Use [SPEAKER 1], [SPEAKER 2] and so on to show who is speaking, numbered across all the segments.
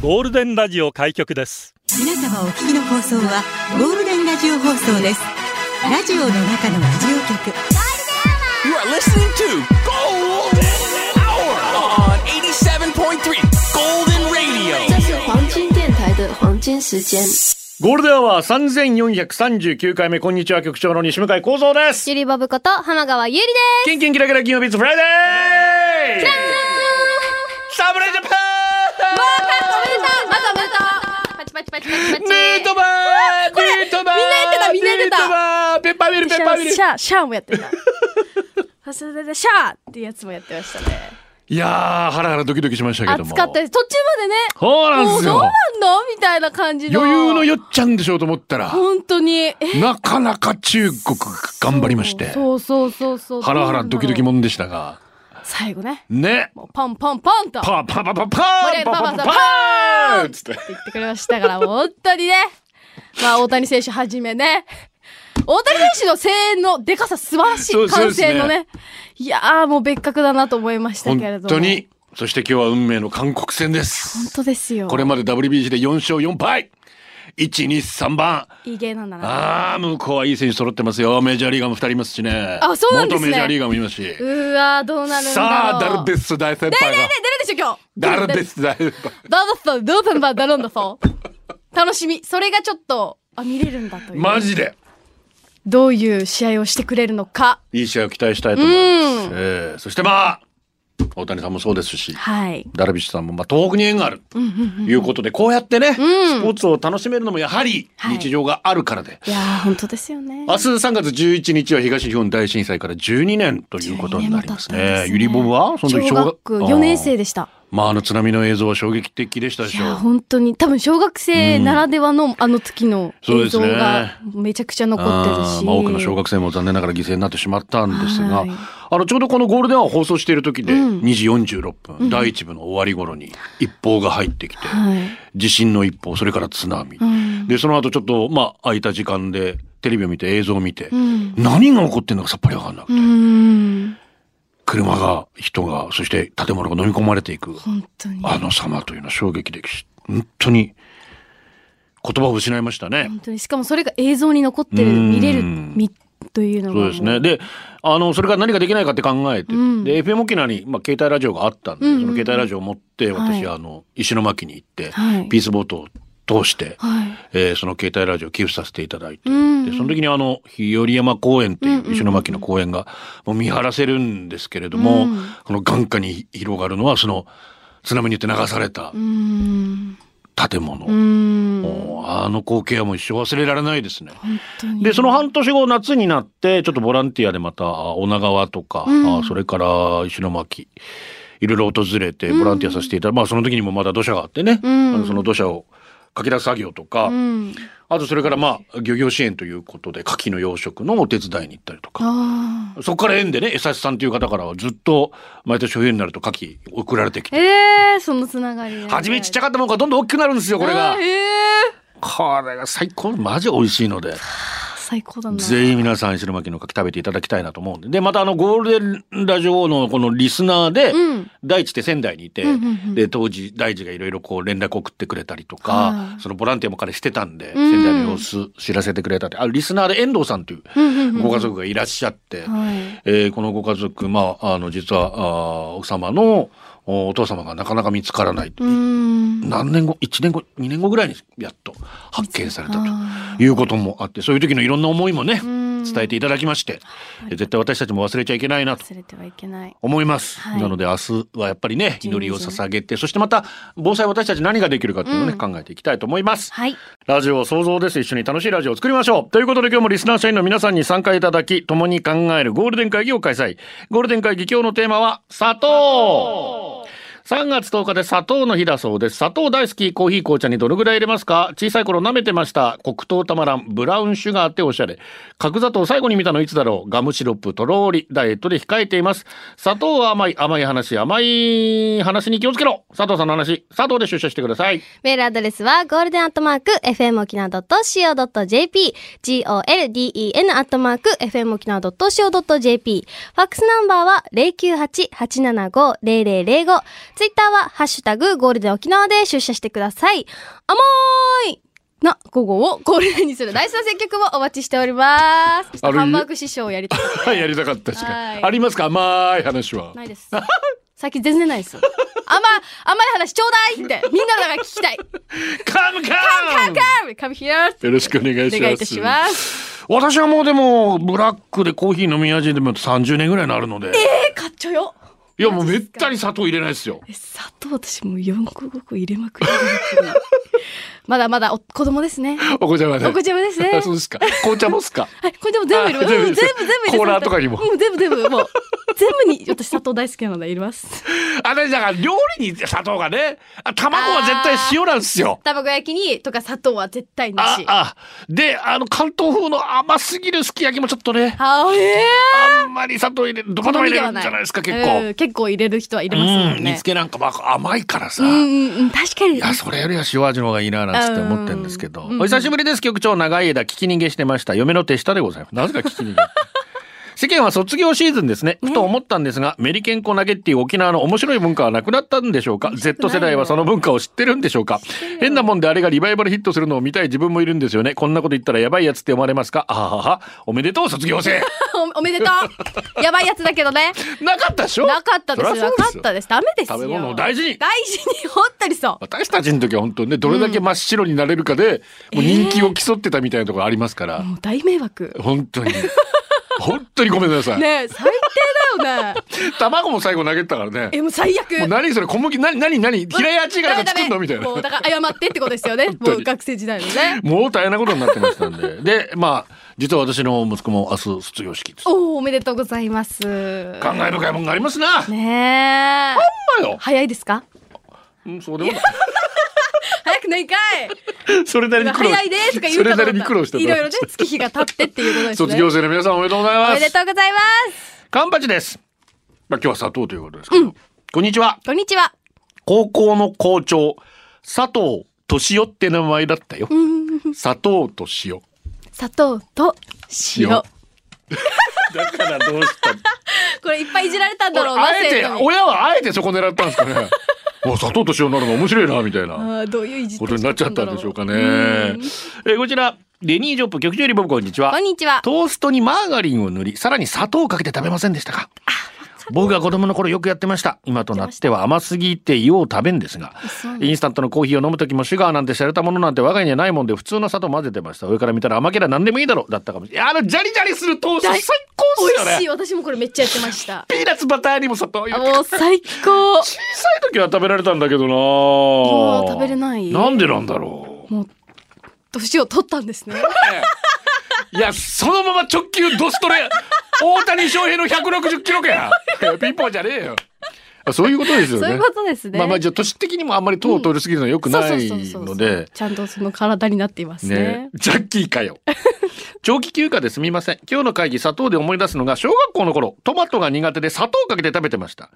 [SPEAKER 1] ゴールデンラジオ開局です
[SPEAKER 2] 皆様お聞きの放送はゴールデンラジオ放送ですラジオの中のラジオ局
[SPEAKER 3] You are listening to Golden Hour on 87.3 Golden Radio.
[SPEAKER 4] 这是黄金电台的黄金时间。
[SPEAKER 5] ゴールデンアワー三千四百三十九回目こんにちは局長の西向井光三です。
[SPEAKER 6] ジュリボブこと浜川ゆりで
[SPEAKER 5] キンキンキラキラ金曜日フライデー。サムライジャパ
[SPEAKER 6] す。パチパチパチパチパチ。
[SPEAKER 5] ン。ミートバー。これミートバー。みんなやってたみんなやってた。ミートバーペッパーミルペッパーミル
[SPEAKER 7] シ。ャーシャーもやってた シャーってやつもやってましたね
[SPEAKER 5] いやーハラハラドキドキしましたけども。
[SPEAKER 7] 暑かったです途中までね
[SPEAKER 5] そうなん
[SPEAKER 7] も
[SPEAKER 5] で
[SPEAKER 7] う
[SPEAKER 5] す
[SPEAKER 7] どう
[SPEAKER 5] よ
[SPEAKER 7] な。んのみたいな感じの
[SPEAKER 5] 余裕のよっちゃんでしょうと思ったら
[SPEAKER 7] 本当にえ
[SPEAKER 5] なかなか中国頑張りまして
[SPEAKER 7] そうそうそうそう
[SPEAKER 5] ハラハラドキドキ
[SPEAKER 7] どうな
[SPEAKER 5] もんでしたが
[SPEAKER 7] の最後ね
[SPEAKER 5] ね
[SPEAKER 7] もうパンパンパンと
[SPEAKER 5] パーパーパーパーパー
[SPEAKER 7] 盛り上
[SPEAKER 5] パーパ
[SPEAKER 7] がりパ
[SPEAKER 5] ーパ
[SPEAKER 7] ン
[SPEAKER 5] ー
[SPEAKER 7] パ
[SPEAKER 5] パ
[SPEAKER 7] ンパ
[SPEAKER 5] ーつって
[SPEAKER 7] 言ってくれましたからもう本当にねまあ大谷選手はじめね大谷選手の声援のでかさ素晴らし
[SPEAKER 5] そう
[SPEAKER 7] い
[SPEAKER 5] そう
[SPEAKER 7] 歓
[SPEAKER 5] ですね
[SPEAKER 7] 声のねいやーもう別格だなと思いましたけれ
[SPEAKER 5] 本
[SPEAKER 7] ども
[SPEAKER 5] 当にそして今日は運命の韓国戦で
[SPEAKER 7] 本
[SPEAKER 5] す
[SPEAKER 7] 当ですよ
[SPEAKER 5] これまで WBC で4勝4敗123番
[SPEAKER 7] いい芸なんだな
[SPEAKER 5] あー向こうはいい選手揃ってますよメジャーリーガーも2人いますしね
[SPEAKER 7] あそうなんです
[SPEAKER 5] 元
[SPEAKER 7] ね
[SPEAKER 5] メジャーリーガーもいますし
[SPEAKER 7] うーわーどうなるんだろう
[SPEAKER 5] さあダルベッソ大先輩が
[SPEAKER 7] ね出るでしょ今
[SPEAKER 5] ダ
[SPEAKER 7] 日
[SPEAKER 5] ルベッソ大先輩
[SPEAKER 7] ダルベッソどうすんだダルンだそう楽しみそれがちょっとあ見れるんだという
[SPEAKER 5] マジで
[SPEAKER 7] どういう試合をしてくれるのか
[SPEAKER 5] いい試合を期待したいと思います。えーそしてまあ、大谷さんもそうですし、
[SPEAKER 7] はい
[SPEAKER 5] ダルビッシュさんもまあ東北に縁があるということで、こうやってね、スポーツを楽しめるのもやはり
[SPEAKER 7] はい
[SPEAKER 5] 日常があるからで、
[SPEAKER 7] いやー本当ですよね
[SPEAKER 5] 明日3月11日は東日本大震災から12年ということになります
[SPEAKER 7] 12年も経ったん
[SPEAKER 5] ね。
[SPEAKER 7] ですね
[SPEAKER 5] ゆりぼぶはその時
[SPEAKER 7] 小学4年生
[SPEAKER 5] で。
[SPEAKER 7] でした
[SPEAKER 5] まああの津波の映像は衝撃的でしたで
[SPEAKER 7] い
[SPEAKER 5] しょ
[SPEAKER 7] やー
[SPEAKER 5] う。
[SPEAKER 7] 本当に多分小学生ならではのあの時の
[SPEAKER 5] そう
[SPEAKER 7] 映
[SPEAKER 5] です
[SPEAKER 7] 像
[SPEAKER 5] ね
[SPEAKER 7] がめちゃくちゃ残ってる
[SPEAKER 5] あ
[SPEAKER 7] し、
[SPEAKER 5] ーまあ、多くの小学生も残念ながら犠牲になってしまったんですが、
[SPEAKER 7] はい
[SPEAKER 5] あのちょうどこのゴールデンを放送している時で
[SPEAKER 7] うん
[SPEAKER 5] 2時46分、第1部の終わり頃に一報が入ってきて、
[SPEAKER 7] はい、
[SPEAKER 5] 地震の一報それから津波、
[SPEAKER 7] うん
[SPEAKER 5] でその後ちょっとまあ空いた時間でテレビを見て映像を見て、
[SPEAKER 7] うん
[SPEAKER 5] 何が起こってんのかさっぱりわかんなくて、
[SPEAKER 7] うん
[SPEAKER 5] 車が人がそして建物が飲み込まれていく
[SPEAKER 7] 本当に
[SPEAKER 5] あの様というのは衝撃的し本当に言葉を失いましたね。
[SPEAKER 7] 本当にしかもそれが映像に残ってる
[SPEAKER 5] うん
[SPEAKER 7] 見れるみというのが
[SPEAKER 5] そ
[SPEAKER 7] も
[SPEAKER 5] うですね。で、あの、それから何ができないかって考えて、
[SPEAKER 7] うん
[SPEAKER 5] で、FM 沖縄に、まあ、携帯ラジオがあったんで、
[SPEAKER 7] うんうんうん
[SPEAKER 5] その携帯ラジオを持って、私、
[SPEAKER 7] はい
[SPEAKER 5] あの、石巻に行って、
[SPEAKER 7] はい
[SPEAKER 5] ピースボートを通して、
[SPEAKER 7] はい
[SPEAKER 5] えーその携帯ラジオを寄付させていただいて、
[SPEAKER 7] うん
[SPEAKER 5] でその時にあの日和山公園って
[SPEAKER 7] うんうん
[SPEAKER 5] いううん石巻の公園がもう見晴らせるんですけれども、
[SPEAKER 7] うん
[SPEAKER 5] この眼下に広がるのはその津波によって流された
[SPEAKER 7] うーん
[SPEAKER 5] 建物、
[SPEAKER 7] うーん
[SPEAKER 5] もうあの光景はもう一生忘れられないですね。
[SPEAKER 7] 本当に
[SPEAKER 5] でその半年後夏になってちょっとボランティアでまたあ女川とか、
[SPEAKER 7] うん
[SPEAKER 5] あそれから石巻いろいろ訪れてボランティアさせていただ、まあその時にもまだ土砂があってね、
[SPEAKER 7] うん
[SPEAKER 5] あのその土砂をかき出す作業とか、
[SPEAKER 7] うん
[SPEAKER 5] あとそれからまあ漁業支援ということで牡蠣の養殖のお手伝いに行ったりとか。
[SPEAKER 7] あ
[SPEAKER 5] そこから縁でね、江差さんという方からはずっと毎年冬になると牡蠣送られてき
[SPEAKER 7] ー
[SPEAKER 5] て。
[SPEAKER 7] えー、そのつながり
[SPEAKER 5] 初めちっちゃ
[SPEAKER 7] か
[SPEAKER 5] かったものがどんどん大きくなるんですよ、これが
[SPEAKER 7] え。ー、
[SPEAKER 5] これが最高、マジ美味しいので。
[SPEAKER 7] 最高だな
[SPEAKER 5] ぜひ皆さん石巻の牡蠣食べていただきたいなと思うんで。で、またあのゴールデンラジオのこのリスナーで、
[SPEAKER 7] うん
[SPEAKER 5] 大地って仙台にいて、
[SPEAKER 7] うんうんうん
[SPEAKER 5] で、当時大地がいろいろこう連絡を送ってくれたりと
[SPEAKER 7] は
[SPEAKER 5] か、そのボランティアも彼してたんで、
[SPEAKER 7] うん
[SPEAKER 5] 仙台の様子知らせてくれたり、あ、リスナーで遠藤さんという
[SPEAKER 7] うんうんうん
[SPEAKER 5] ご家族がいらっしゃって、
[SPEAKER 7] はい
[SPEAKER 5] えーこのご家族、まあ、あの、実は、あー奥様のおお父様がなかなか見つからない。
[SPEAKER 7] うーん
[SPEAKER 5] 何年後、1年後、2年後ぐらいにやっと発見されたと。
[SPEAKER 7] あ
[SPEAKER 5] いうこともあってそういう時のいろんな思いもね
[SPEAKER 7] ん
[SPEAKER 5] 伝えていただきまして
[SPEAKER 7] りがとう
[SPEAKER 5] 絶対私たちも忘れちゃいけないな
[SPEAKER 7] ー
[SPEAKER 5] と
[SPEAKER 7] 忘れてはいけない
[SPEAKER 5] 思います、
[SPEAKER 7] はい
[SPEAKER 5] なので明日はやっぱりね祈りを
[SPEAKER 7] 12時ね
[SPEAKER 5] 捧げてそしてまた防災私たち何ができるかっていうのをね、考えていきたいと思います
[SPEAKER 7] はい
[SPEAKER 5] ラジオ創造です一緒に楽しいラジオを作りましょうということで今日もリスナー社員の皆さんに参加いただき共に考えるゴールデン会議を開催ゴールデン会議今日のテーマは砂糖3月10日で砂糖の日だそうです砂糖大好きコーヒー紅茶にどのぐらい入れますか小さい頃舐めてました黒糖たまらんブラウンシュガーっておしゃれ角砂糖最後に見たのいつだろうガムシロップとろーりダイエットで控えています砂糖は甘い甘い話甘い話に気をつけろ佐藤さんの話佐藤で出社してください
[SPEAKER 6] メールアドレスは、ゴールデンアットマーク、fm 沖縄 .co.jp、golden アットマーク、fm 沖縄 .co.jp、ファックスナンバーは098-875-0005、ツイッターは、ハッシュタグ、ゴールデン沖縄で出社してください。甘ーいな、午後をゴールデンにする大事な選曲もお待ちしております。ちょっ
[SPEAKER 5] あ
[SPEAKER 6] と
[SPEAKER 5] る
[SPEAKER 6] ハンバーグ師匠をやりたい。
[SPEAKER 5] はいやりたかったしか
[SPEAKER 7] はい
[SPEAKER 5] ありますか甘い話は
[SPEAKER 7] ないです。最近全然ないです。甘、甘い話ちょうだいって、みんなの中で聞きたい。
[SPEAKER 5] カムカム
[SPEAKER 7] カンカンカムヒア
[SPEAKER 5] よろしくお願い
[SPEAKER 7] お
[SPEAKER 5] し
[SPEAKER 7] 願い
[SPEAKER 5] ま
[SPEAKER 7] いたし
[SPEAKER 5] す
[SPEAKER 7] ます。
[SPEAKER 5] 私はもうでもブラックでコーヒー飲み味でも30年ぐらいになるので
[SPEAKER 7] え、かっちょよ。
[SPEAKER 5] いやもうめったに砂糖入れないですよ
[SPEAKER 7] え砂糖私もう4個5個入れまくりまくりまだまだお子供ですね。
[SPEAKER 5] お子ちゃまで
[SPEAKER 7] お子ちゃまですね。
[SPEAKER 5] あそうですか紅茶もっすか
[SPEAKER 7] はい、これでも全部いる。
[SPEAKER 5] あ
[SPEAKER 7] う
[SPEAKER 5] 全部
[SPEAKER 7] ん全部全部入れ
[SPEAKER 5] コーラとかにも
[SPEAKER 7] うん、全部全部もう全部に私砂糖大好きなので入れます。
[SPEAKER 5] 私だから料理に砂糖がねあ卵は絶対塩なんですよ
[SPEAKER 7] 卵焼きにとか砂糖は絶対な
[SPEAKER 5] あ
[SPEAKER 7] し。あ
[SPEAKER 5] あであの関東風の甘すぎるすき焼きもちょっとね
[SPEAKER 7] あええ
[SPEAKER 5] あんまり砂糖入れるドバドバ入れるんじゃないですか結
[SPEAKER 7] う
[SPEAKER 5] 構
[SPEAKER 7] ん結構入れる人は入れますも
[SPEAKER 5] うんん煮
[SPEAKER 7] ね
[SPEAKER 5] つ。けなんかまあ甘いからさ、
[SPEAKER 7] うんうんうん確かに
[SPEAKER 5] い。や、それよりは塩味の方がいいな、なんつって思ってるんですけど。お久しぶりです、局長。長い間、聞き逃げしてました。嫁の手下でございます。なぜか聞き 逃げ。世間は卒業シーズンですね。ふと思ったんですが、メリケンコナゲっていう沖縄の面白い文化はなくなったんでしょうか ?Z 世代はその文化を知ってるんでしょうか変なもんであれがリバイバルヒットするのを見たい自分もいるんですよね。こんなこと言ったらやばいやつって思われますかあははは。おめでとう、卒業生
[SPEAKER 7] おおめでとう。やばいやつだけどね。
[SPEAKER 5] なかったでしょ
[SPEAKER 7] なかったです。
[SPEAKER 5] そりゃ
[SPEAKER 7] な
[SPEAKER 5] そう
[SPEAKER 7] か
[SPEAKER 5] ですよ
[SPEAKER 7] ったです。ダメですよ。
[SPEAKER 5] 食べ物を大事に
[SPEAKER 7] 大事に本当にそう。
[SPEAKER 5] 私たちの時は本当にね、どれだけ真っ白になれるかで、もう人気を競ってたみたいなところありますから。
[SPEAKER 7] もう大迷惑。
[SPEAKER 5] 本当に本当にごめんな さい、
[SPEAKER 7] ねえ、最低だよね。
[SPEAKER 5] 卵も最後投げてたからね
[SPEAKER 7] え、もう最悪。
[SPEAKER 5] もう何それ小麦何何何平屋違いが作るのみたい
[SPEAKER 7] もう
[SPEAKER 5] な
[SPEAKER 7] だから謝ってってことですよ ね。も
[SPEAKER 5] 当に
[SPEAKER 7] う学生時代の ね。
[SPEAKER 5] もう大変なことになってましたんででまあ実は私の息子も明日卒業式です考
[SPEAKER 7] おお、おめでとうございます。
[SPEAKER 5] え深いもんがありますな、
[SPEAKER 7] ねえ。
[SPEAKER 5] ほんまよ、
[SPEAKER 7] 早いですか
[SPEAKER 5] うん、そうでもない
[SPEAKER 7] 早くないかい
[SPEAKER 5] それなりに苦労
[SPEAKER 7] 早いでとか言
[SPEAKER 5] そう
[SPEAKER 7] か
[SPEAKER 5] れ
[SPEAKER 7] と
[SPEAKER 5] なり
[SPEAKER 7] 思った
[SPEAKER 5] に苦労してた
[SPEAKER 7] いろいろね、月日が経ってっていうことですね。
[SPEAKER 5] 卒業生の皆さんおめでとうござい
[SPEAKER 7] お
[SPEAKER 5] ま
[SPEAKER 7] めですとうございます。
[SPEAKER 5] カンパチですまあ今日は砂糖ということですけど、こんにちは
[SPEAKER 7] こんにちは。
[SPEAKER 5] 高校の校長佐藤敏夫って名前だったよ佐藤敏夫
[SPEAKER 7] 砂糖と 塩。
[SPEAKER 5] 塩だからどうしたの
[SPEAKER 7] これいっぱいいじられたんだろうな、
[SPEAKER 5] あえて
[SPEAKER 7] 生徒に。
[SPEAKER 5] 親はあえてそこ狙ったんですかね お砂糖と塩になるの面白いなみたいな
[SPEAKER 7] あーどういういじ
[SPEAKER 5] ことになっちゃったんでしょうかね
[SPEAKER 7] うん
[SPEAKER 5] えこちらレニー・ジョップ局長より僕こんにちは
[SPEAKER 7] こんにちは。
[SPEAKER 5] トーストにマーガリンを塗りさらに砂糖をかけて食べませんでしたか僕が子供の頃よくやってました今となっては甘すぎてよう食べんですがインスタントのコーヒーを飲む時もシュガーなんて洒落たものなんて我が家にはないもんで普通の砂糖混ぜてました上から見たら甘けりゃ何でもいいだろうだったかもしれないあのジャリジャリするトースト最高っすよ
[SPEAKER 7] 美
[SPEAKER 5] ね
[SPEAKER 7] 味しい。私もこれめっちゃやってました。
[SPEAKER 5] ピーナッツバターにも砂糖入れ
[SPEAKER 7] あ
[SPEAKER 5] て
[SPEAKER 7] もう最高。
[SPEAKER 5] 小さい時は食べられたんだけどな
[SPEAKER 7] も
[SPEAKER 5] も
[SPEAKER 7] う食べれない
[SPEAKER 5] なんでなんだろう
[SPEAKER 7] 年を取ったんですね。
[SPEAKER 5] いやそのまま直球ドストレ大谷翔平の160キロかや ピンポンじゃねえよあそういうことですよね
[SPEAKER 7] そういうことですね。
[SPEAKER 5] まあまあじゃあ年的にもあんまり糖を取りすぎるのは良くな
[SPEAKER 7] そう
[SPEAKER 5] い
[SPEAKER 7] そうそうそ
[SPEAKER 5] の
[SPEAKER 7] う
[SPEAKER 5] で
[SPEAKER 7] ちゃんとその体になっていますね
[SPEAKER 5] ね。ジャッキーか よ長期休暇ですみません今日の会議砂糖で思い出すのが小学校の頃トマトが苦手で砂糖をかけて食べてました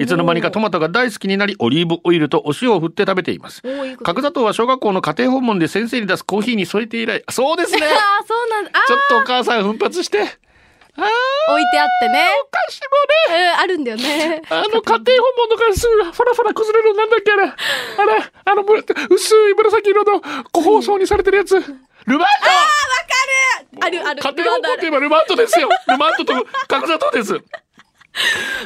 [SPEAKER 5] いつの間にかトマトが大好きになりオリーブオイルとお塩を振って食べています
[SPEAKER 7] おーいいこと
[SPEAKER 5] 角砂糖は小学校の家庭訪問で先生に出すコーヒーに添えて以来そうです ね
[SPEAKER 7] ああそうなんあ
[SPEAKER 5] ちょっとお母さん奮発してああ
[SPEAKER 7] 置いてあってね。
[SPEAKER 5] お菓子
[SPEAKER 7] うんあるんだよね。
[SPEAKER 5] もねあの家庭訪問のからすぐフラフラ崩れるのなんだっけあれあれあのむ薄い紫色の個包装にされてるやつルマン
[SPEAKER 7] あるある。
[SPEAKER 5] ト家庭訪問といえばルマントです よルマントと角砂糖です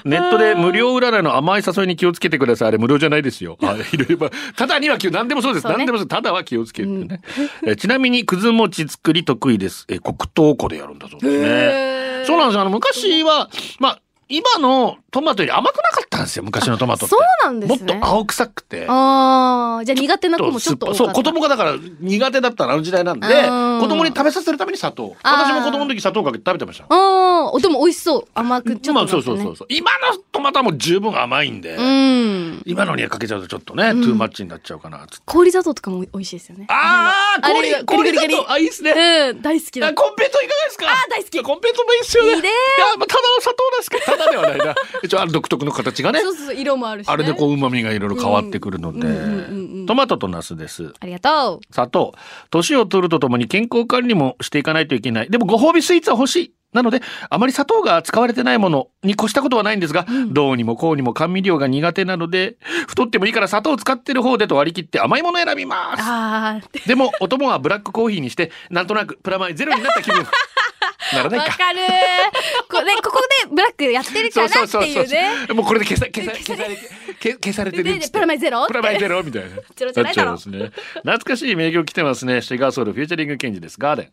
[SPEAKER 5] ネットで無料占いの甘い誘いに気をつけてください。あれ無料じゃない ですよ。あいろいろ。ただには気を、何でもそうです。
[SPEAKER 7] そうね
[SPEAKER 5] 何でもそうです。ただは気をつけてね。えちなみに、くず餅作り得意です。え、黒糖粉でやるんだそうですね。そうなんですよ。あの、昔は、まあ、今のトマトより甘くなかったんですよ。昔のトマトって。
[SPEAKER 7] そうなんですね
[SPEAKER 5] もっと青臭くて。
[SPEAKER 7] ああじゃあ苦手な子もちょっと多か
[SPEAKER 5] そう
[SPEAKER 7] った
[SPEAKER 5] 子供がだから苦手だったのあの時代なんで
[SPEAKER 7] うん
[SPEAKER 5] 子供に食べさせるために砂糖。
[SPEAKER 6] あー
[SPEAKER 5] 私も子供の時砂糖かけて食べてました。
[SPEAKER 6] あーでも美味しそう甘くちょっと
[SPEAKER 5] ま
[SPEAKER 6] な
[SPEAKER 5] あ
[SPEAKER 6] った、
[SPEAKER 5] そ
[SPEAKER 6] ね、
[SPEAKER 5] うそうそうそう。今のトマトはもう十分甘いんで、
[SPEAKER 6] うん
[SPEAKER 5] 今のにかけちゃうとちょっとね、トゥーマッチになっちゃうかなっつって。
[SPEAKER 6] 氷砂糖とかも美味しいですよね
[SPEAKER 5] ああ、
[SPEAKER 6] あ
[SPEAKER 5] 氷
[SPEAKER 6] れが
[SPEAKER 5] 氷
[SPEAKER 6] ガリガリ
[SPEAKER 5] 砂糖あいいですね。
[SPEAKER 6] うん大好きだ
[SPEAKER 5] あコンペイトーいかがですか。あ大好き。コンペイトーもいいですよね。
[SPEAKER 6] いいね
[SPEAKER 5] やまあただの砂糖ですけどただではないな。 一応あの独特の形がね。
[SPEAKER 7] そうそうそう色もあるし、ね、
[SPEAKER 5] あれでこう旨味がいろいろ変わってくるので、トマトとナスです。
[SPEAKER 6] ありがとう
[SPEAKER 5] 砂糖。年を取るとともに健康管理もしていかないといけない。でもご褒美スイーツは欲しい。なので、あまり砂糖が使われてないものに越したことはないんですが、どうにもこうにも甘味料が苦手なので、太ってもいいから砂糖を使ってる方でと割り切って甘いものを選びます。
[SPEAKER 7] あー
[SPEAKER 5] でも、お供はブラックコーヒーにして、なんとなくプラマイゼロになった気 分。ならない
[SPEAKER 6] わ
[SPEAKER 5] か。
[SPEAKER 6] かるーこれここでブラックやってるか
[SPEAKER 5] そ
[SPEAKER 6] ら
[SPEAKER 5] うそう
[SPEAKER 6] って
[SPEAKER 5] そう
[SPEAKER 6] い
[SPEAKER 5] そう
[SPEAKER 6] うね
[SPEAKER 5] う。もうこれで消さ消さ消されて消消されてるっつっ
[SPEAKER 7] で
[SPEAKER 5] て
[SPEAKER 7] プラマイゼロ
[SPEAKER 5] プラマイゼロみたいな。
[SPEAKER 7] ゼロじゃないだろ
[SPEAKER 5] なっちゃいますね。懐かしい名曲来てますね。シガーソウルフューチャリングケンジです。ガーデン。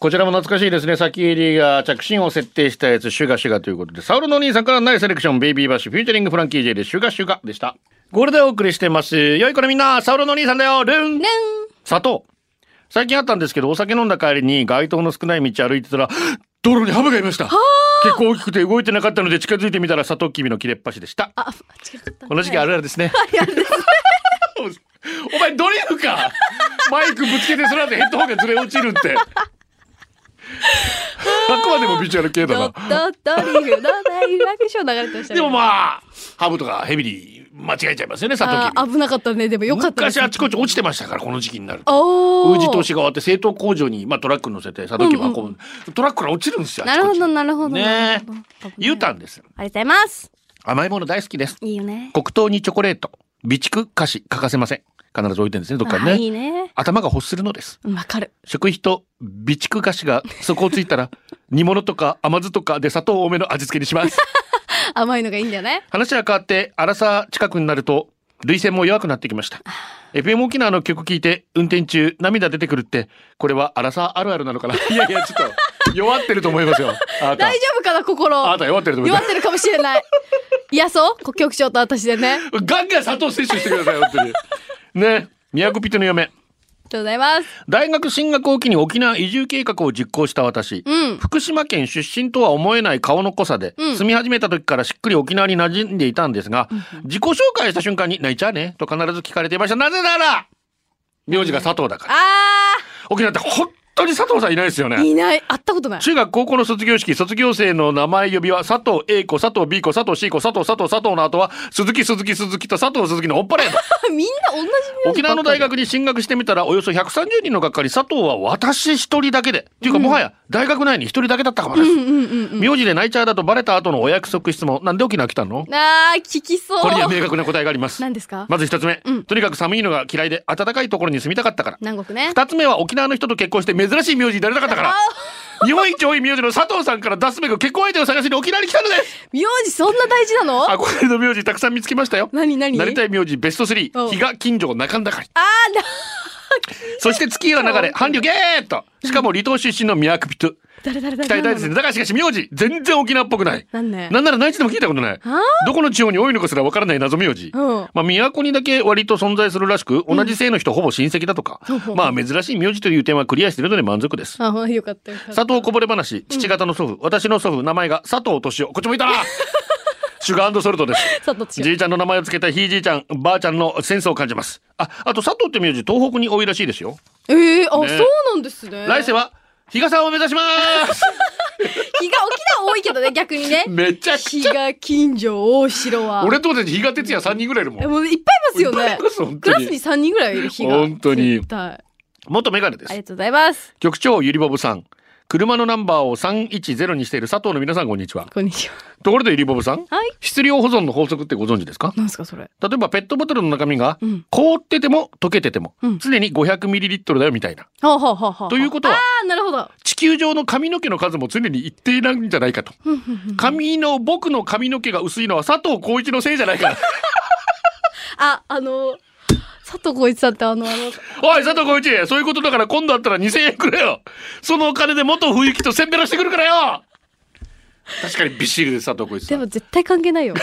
[SPEAKER 5] こちらも懐かしいですね。先入りが着信を設定したやつ、シュガシュガということで、サウルのお兄さんからないセレクション、ベイビーバッシュ、フューチャリングフランキー J で、シュガシュガでした。ゴールデンお送りしてます。よい子のみんな、サウルのお兄さんだよ、ル
[SPEAKER 6] ル
[SPEAKER 5] ン
[SPEAKER 6] ン
[SPEAKER 5] 砂糖。最近あったんですけど、お酒飲んだ帰りに街灯の少ない道歩いてたら、道路にハブがいました。結構大きくて動いてなかったので近づいてみたら、砂糖きびの切れっ端でした。
[SPEAKER 7] あ違った
[SPEAKER 5] この時期あるあるですね。お前ドリルかマイクぶつけてその後ヘッドホンがずれ落ちるって。あくまでもビジュアル系だな。
[SPEAKER 7] ドドドリフの大爆笑流れてましたね
[SPEAKER 5] でもまあ、ハブとかヘビに間違えちゃいますよね、サト
[SPEAKER 7] あ
[SPEAKER 5] ウ
[SPEAKER 7] ー危なかったねで
[SPEAKER 5] キ
[SPEAKER 7] も
[SPEAKER 5] ビ。
[SPEAKER 7] よかったです
[SPEAKER 5] 昔あちこち落ちてましたから、この時期になると。
[SPEAKER 7] おお
[SPEAKER 5] 封じ通しが終わって製糖工場に、まあ、トラック乗せてサトウキビ運ぶ、トラックから落ちるんですよ。
[SPEAKER 6] なるほど
[SPEAKER 5] あちこ
[SPEAKER 6] なるほ
[SPEAKER 5] ち
[SPEAKER 6] ど
[SPEAKER 5] ね
[SPEAKER 6] なるほど
[SPEAKER 5] え。U ターンです。
[SPEAKER 6] ありがとうございます
[SPEAKER 5] 甘いもの大好きです。
[SPEAKER 6] いいよね
[SPEAKER 5] 黒糖にチョコレート。備蓄菓子欠かせません。必ず置いてるんですね、どっかに
[SPEAKER 6] あ
[SPEAKER 5] ね。
[SPEAKER 6] いいね
[SPEAKER 5] 頭が欲するのです。
[SPEAKER 7] わかる
[SPEAKER 5] 食費と備蓄菓子が底をつい たら煮物とか甘酢とかで砂糖多めの味付けにします
[SPEAKER 7] 甘いのがいいんだよね
[SPEAKER 5] 話は変わって荒さ近くになると涙腺も弱くなってきました FM 沖縄の曲聞いて運転中涙出てくるってこれは荒さあるあるなのかな いやいやちょっと弱ってると思います よあなた
[SPEAKER 7] 大丈夫かな
[SPEAKER 5] あ
[SPEAKER 7] 心
[SPEAKER 5] なた弱ってると思いま
[SPEAKER 7] 弱
[SPEAKER 5] す
[SPEAKER 7] ってるかもし れないいやそう局長と私でねあり
[SPEAKER 5] ガンガン砂糖摂取してください本当にね宮古ピテの嫁
[SPEAKER 7] がとうございます
[SPEAKER 5] 大学進学を機に沖縄移住計画を実行した私、
[SPEAKER 7] うん
[SPEAKER 5] 福島県出身とは思えない顔の濃さで、
[SPEAKER 7] うん
[SPEAKER 5] 住み始めた時からしっくり沖縄に馴染んでいたんですが、自己紹介した瞬間に「泣いちゃうね」と必ず聞かれていましたなぜなら名字が佐藤だから、
[SPEAKER 7] あ
[SPEAKER 5] 沖縄って本当に佐藤さんいないですよ
[SPEAKER 7] ー
[SPEAKER 5] ね
[SPEAKER 7] いない会ったことない
[SPEAKER 5] 中学高校の卒業式卒業生の名前呼びは佐藤 A 子佐藤 B 子佐藤 C 子佐藤佐藤佐藤の後は鈴木鈴木鈴木と佐藤鈴木のオンパレード
[SPEAKER 7] みんな同じ名字ばっかり
[SPEAKER 5] 沖縄の大学に進学してみたらおよそ130人の学科に佐藤は私一人だけでっていうかもはや大学内に一人だけだったかもです、名字でナイチャーだとバレた後のお約束質問なんで沖縄来たの
[SPEAKER 7] あー聞きそう
[SPEAKER 5] これには明確な答えがあります
[SPEAKER 7] 何ですか
[SPEAKER 5] まず一つ目、
[SPEAKER 7] うん
[SPEAKER 5] とにかく寒いのが嫌いで暖かいところに住みたかったから
[SPEAKER 7] 南国ね
[SPEAKER 5] 二つ目は沖縄の人と結婚して珍しい名字になれなかったから日本一多い名字の佐藤さんから出すべく結婚相手を探しに沖縄に来たのです
[SPEAKER 7] 名字そんな大事なの
[SPEAKER 5] 憧れの名字たくさん見つけましたよ
[SPEAKER 7] 何何
[SPEAKER 5] なりた
[SPEAKER 7] い
[SPEAKER 5] い名字ベスト
[SPEAKER 7] お
[SPEAKER 5] 3
[SPEAKER 7] う
[SPEAKER 5] 比嘉近所中んだかり
[SPEAKER 7] あーな
[SPEAKER 5] そして月夜の中で韓流ゲーとしかも離島出身の宮久ピト
[SPEAKER 7] 誰誰誰
[SPEAKER 5] 北大
[SPEAKER 7] 誰
[SPEAKER 5] 大ですだがしかし名字全然沖縄っぽくない
[SPEAKER 7] なんね
[SPEAKER 5] なんなら内地でも聞いたことない
[SPEAKER 7] あ
[SPEAKER 5] どこの地方に多いのかすらわからない謎名字
[SPEAKER 7] うん
[SPEAKER 5] まあ都にだけ割と存在するらしく同じ姓の人ほぼ親戚だとかまあ珍しい名字という点はクリアしているので満足 です
[SPEAKER 7] あーよかったよかった
[SPEAKER 5] 佐藤こぼれ話父方の祖父私の祖父名前が佐藤敏夫こっちもいた なシュガーソルトです
[SPEAKER 7] 佐藤違う
[SPEAKER 5] じいちゃんの名前をつけたひいじいちゃんばあちゃんのセンスを感じますああと佐藤って名字東北に多いらしいですよ
[SPEAKER 7] ええー、あ、
[SPEAKER 5] ね
[SPEAKER 7] そうなんですね。
[SPEAKER 5] 来世は比嘉さんを目指します
[SPEAKER 7] 日が沖縄多いけどね、逆にね。
[SPEAKER 5] めちゃく
[SPEAKER 7] 日
[SPEAKER 5] ちゃ
[SPEAKER 7] が近所、大城は。
[SPEAKER 5] 俺ともたち比嘉哲也3人ぐらいいるも
[SPEAKER 7] え、
[SPEAKER 5] ん
[SPEAKER 7] もういっぱいいますよ
[SPEAKER 5] いっぱい
[SPEAKER 7] ね
[SPEAKER 5] い。ます 本
[SPEAKER 7] ク
[SPEAKER 5] 当
[SPEAKER 7] ラスに
[SPEAKER 5] に
[SPEAKER 7] 3人ぐらいいる日が。
[SPEAKER 5] 本当に
[SPEAKER 7] 絶対
[SPEAKER 5] 元メガネで
[SPEAKER 7] あり
[SPEAKER 5] す
[SPEAKER 7] がとうございます。
[SPEAKER 5] 局長ゆりぼぶさん車のナンバーを310にしている佐藤の皆さんこんにちは
[SPEAKER 7] こんにちは。
[SPEAKER 5] ところでゆりぼぶさん
[SPEAKER 7] はい。
[SPEAKER 5] 質量保存の法則ってご存知ですか
[SPEAKER 7] なんすか、それ。
[SPEAKER 5] 例えばペットボトルの中身が
[SPEAKER 7] うん
[SPEAKER 5] 凍ってても溶けてても
[SPEAKER 7] うん
[SPEAKER 5] 常に 500ml だよみたいな
[SPEAKER 7] はあ、はあはあはあ、
[SPEAKER 5] ということは
[SPEAKER 7] ああ、なるほど。
[SPEAKER 5] 地球上の髪の毛の数も常に一定なんじゃないかと髪の僕の髪の毛が薄いのは佐藤浩一のせいじゃないか
[SPEAKER 7] あ、あの、佐藤浩市さんってあの、あの、
[SPEAKER 5] おい佐藤浩一そういうことだから今度あったら2000円くれよそのお金で元冬木とせんべらしてくるからよ確かにびっしりです佐藤浩一さ
[SPEAKER 7] で
[SPEAKER 5] ん
[SPEAKER 7] も絶対関係ないよ。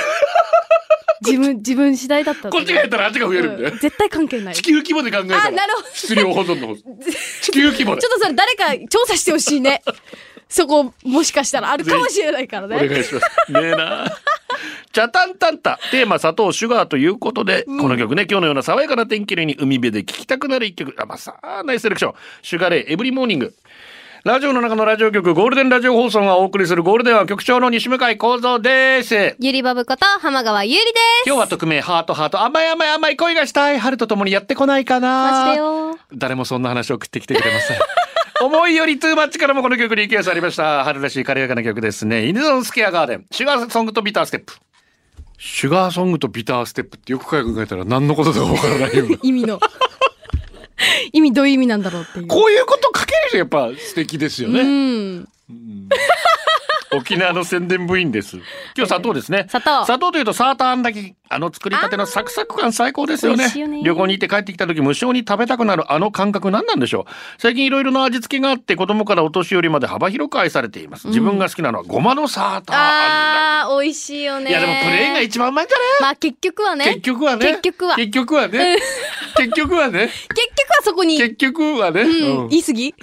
[SPEAKER 8] 自分、自分次第だった。
[SPEAKER 5] こっちがやったらあっちが増えるんだよ
[SPEAKER 8] うん絶対関係ない。
[SPEAKER 5] 地球規模で考えたら
[SPEAKER 8] あなるほど
[SPEAKER 5] 質量保存の方地球規模で
[SPEAKER 8] ちょっとそれ誰か調査してほしい ね。そこ、もしかしたらあるかもしれないから
[SPEAKER 5] お願
[SPEAKER 8] ね。
[SPEAKER 5] いします。ねえな。チャタンタンタテーマ砂糖シュガーということで、この曲ね今日のような爽やかな天気のように海辺で聴きたくなる一曲あまあさあナイスセレクションシュガーレイエブリモーニングラジオの中のラジオ局ゴールデンラジオ放送がお送りするゴールデンは局長の西向井幸三です
[SPEAKER 7] ゆりばぶこと浜川ゆりで
[SPEAKER 5] 今日は匿名ハートハート甘い甘い甘い恋がしたい春と共にやってこないかな
[SPEAKER 7] マジでよ
[SPEAKER 5] 誰もそんな話を送ってきてくれません 思いよりトゥーマッチからもこの曲リクエストありました春らしい軽やかな曲ですねイヌゾンスケアガーデンシュガーソングとビターステップシュガーソングとビターステップってよく考えたら何のことだかわからないような
[SPEAKER 8] 意味の。 意味どういう意味なんだろうっていう。
[SPEAKER 5] こういうこと書ける人やっぱ素敵ですよ
[SPEAKER 8] う
[SPEAKER 5] ね
[SPEAKER 8] ん。
[SPEAKER 5] 沖縄の宣伝部員です今日砂糖ですね
[SPEAKER 7] 砂糖
[SPEAKER 5] 砂糖というとサーターアンダギーあの作りたてのサクサク感最高ですよ
[SPEAKER 7] 美
[SPEAKER 5] ね
[SPEAKER 7] 味しいよね
[SPEAKER 5] 旅行に行って帰ってきた時無性に食べたくなるあの感覚何なんでしょう最近いろいろな味付けがあって子供からお年寄りまで幅広く愛されています自分が好きなのはごまのサーターアン
[SPEAKER 7] あー美味しいよ
[SPEAKER 5] ダギー
[SPEAKER 7] ね
[SPEAKER 5] いやでもプレーンが一番うまいんじゃ
[SPEAKER 7] まあ結局はね
[SPEAKER 5] ない結局はね
[SPEAKER 7] 結局は
[SPEAKER 5] 結局はね結局はね
[SPEAKER 7] 結局はそこに
[SPEAKER 5] 結局はね
[SPEAKER 7] うん、
[SPEAKER 5] うん
[SPEAKER 7] 言い過ぎ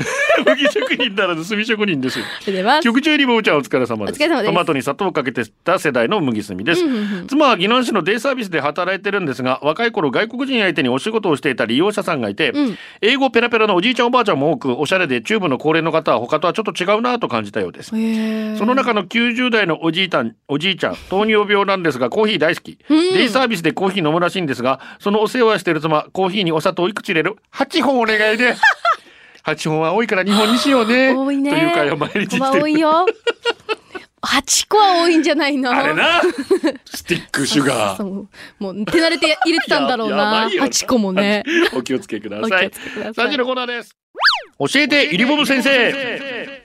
[SPEAKER 5] 麦職人ならず炭職人ですよ
[SPEAKER 7] それでは
[SPEAKER 5] 局長リボーちゃんお疲れ様です
[SPEAKER 7] お疲れ様です
[SPEAKER 5] トマトに砂糖をかけてた世代の麦炭です、妻は宜野湾市のデイサービスで働いてるんですが若い頃外国人相手にお仕事をしていた利用者さんがいて、
[SPEAKER 7] うん
[SPEAKER 5] 英語ペラペラのおじいちゃんおばあちゃんも多くおしゃれで中部の高齢の方は他とはちょっと違うなと感じたようですその中の90代のおじいちゃん、おじいちゃん、糖尿病なんですが、コーヒー大好き。デイサービスでコーヒー飲むらしいんですが、そのお世話してる妻、コーヒーにお砂糖いくつ入れる ?8 本お願いで。8本は多いから2本にしようね。
[SPEAKER 7] 多いね
[SPEAKER 5] という会を毎日
[SPEAKER 7] ごま
[SPEAKER 5] して
[SPEAKER 7] 多
[SPEAKER 5] る。
[SPEAKER 7] いよ
[SPEAKER 8] 8個は多いんじゃないの
[SPEAKER 5] あれな。スティック、シュガ
[SPEAKER 8] そ
[SPEAKER 5] ー。
[SPEAKER 8] うもう手慣れて入れてたんだろう
[SPEAKER 5] やや
[SPEAKER 8] な
[SPEAKER 5] ばいよ
[SPEAKER 8] 8個もね。
[SPEAKER 5] お気をつけくだ
[SPEAKER 8] お気
[SPEAKER 5] さ
[SPEAKER 8] を
[SPEAKER 5] い
[SPEAKER 8] つ。けくださ
[SPEAKER 5] 3
[SPEAKER 8] い
[SPEAKER 5] 時のコーナーです。教えて、イリボブ先生。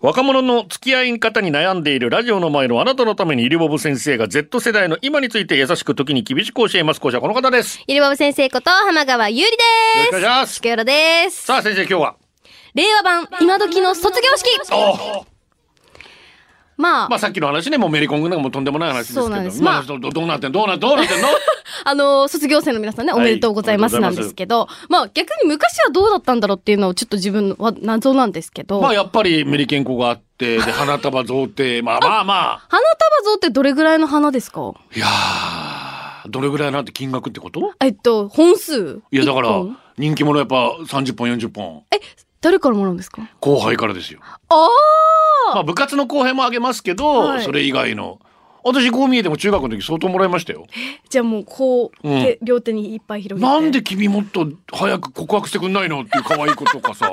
[SPEAKER 5] 若者の付き合い方に悩んでいるラジオの前のあなたのためにイリボブ先生が Z 世代の今について優しく時に厳しく教えます。講師はこの方です。よ
[SPEAKER 7] ゆりばぶ先生こと浜川ゆりで
[SPEAKER 5] ろしくお願
[SPEAKER 7] す
[SPEAKER 5] いします。
[SPEAKER 7] 竹浦です
[SPEAKER 5] さあ先生今日は。
[SPEAKER 7] 令和版今時の卒業式まあ、
[SPEAKER 5] まあさっきの話ね、もうメリコングなんかもうとんでもない話ですけど。
[SPEAKER 7] そうなんです
[SPEAKER 5] ま
[SPEAKER 7] ま
[SPEAKER 5] あ
[SPEAKER 7] あ
[SPEAKER 5] どどうなってんどうなってんどうなってんの
[SPEAKER 7] あの卒業生の皆さんね、
[SPEAKER 5] はい
[SPEAKER 7] おめでとうございます
[SPEAKER 5] おめ
[SPEAKER 7] な
[SPEAKER 5] で
[SPEAKER 7] ん
[SPEAKER 5] と
[SPEAKER 7] で
[SPEAKER 5] うございます
[SPEAKER 7] すけど、まあ逆に昔はどうだったんだろうっていうのはちょっと自分は謎なんですけど、
[SPEAKER 5] まあ
[SPEAKER 7] 花
[SPEAKER 5] やっぱりメリケンコがあって、で、花束贈呈、まあまあま
[SPEAKER 7] 束像ってどれぐらいの花ですか
[SPEAKER 5] あ。いやー、どれぐらいなんて金額ってこと
[SPEAKER 7] えっと、本数
[SPEAKER 5] いやだから
[SPEAKER 7] 一本、
[SPEAKER 5] 人気者やっぱ30本40本、
[SPEAKER 7] え、誰からもらうんですか
[SPEAKER 5] 後輩からですよ。
[SPEAKER 7] あ
[SPEAKER 5] まあ部活の後輩もあげますけど、
[SPEAKER 7] はい
[SPEAKER 5] それ以外の。私こう見えても中学の時相当もらいましたよ。
[SPEAKER 8] じゃあもうこう、
[SPEAKER 5] うん
[SPEAKER 8] 手両手にいっぱい広げて。
[SPEAKER 5] なんで君もっと早く告白してくんないのっていう可愛い子とか さ。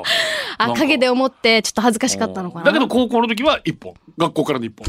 [SPEAKER 7] あ、
[SPEAKER 5] なんか
[SPEAKER 7] 陰で思ってちょっと恥ずかしかったのかな。
[SPEAKER 5] だけど高校の時は一本。学校からの一 本。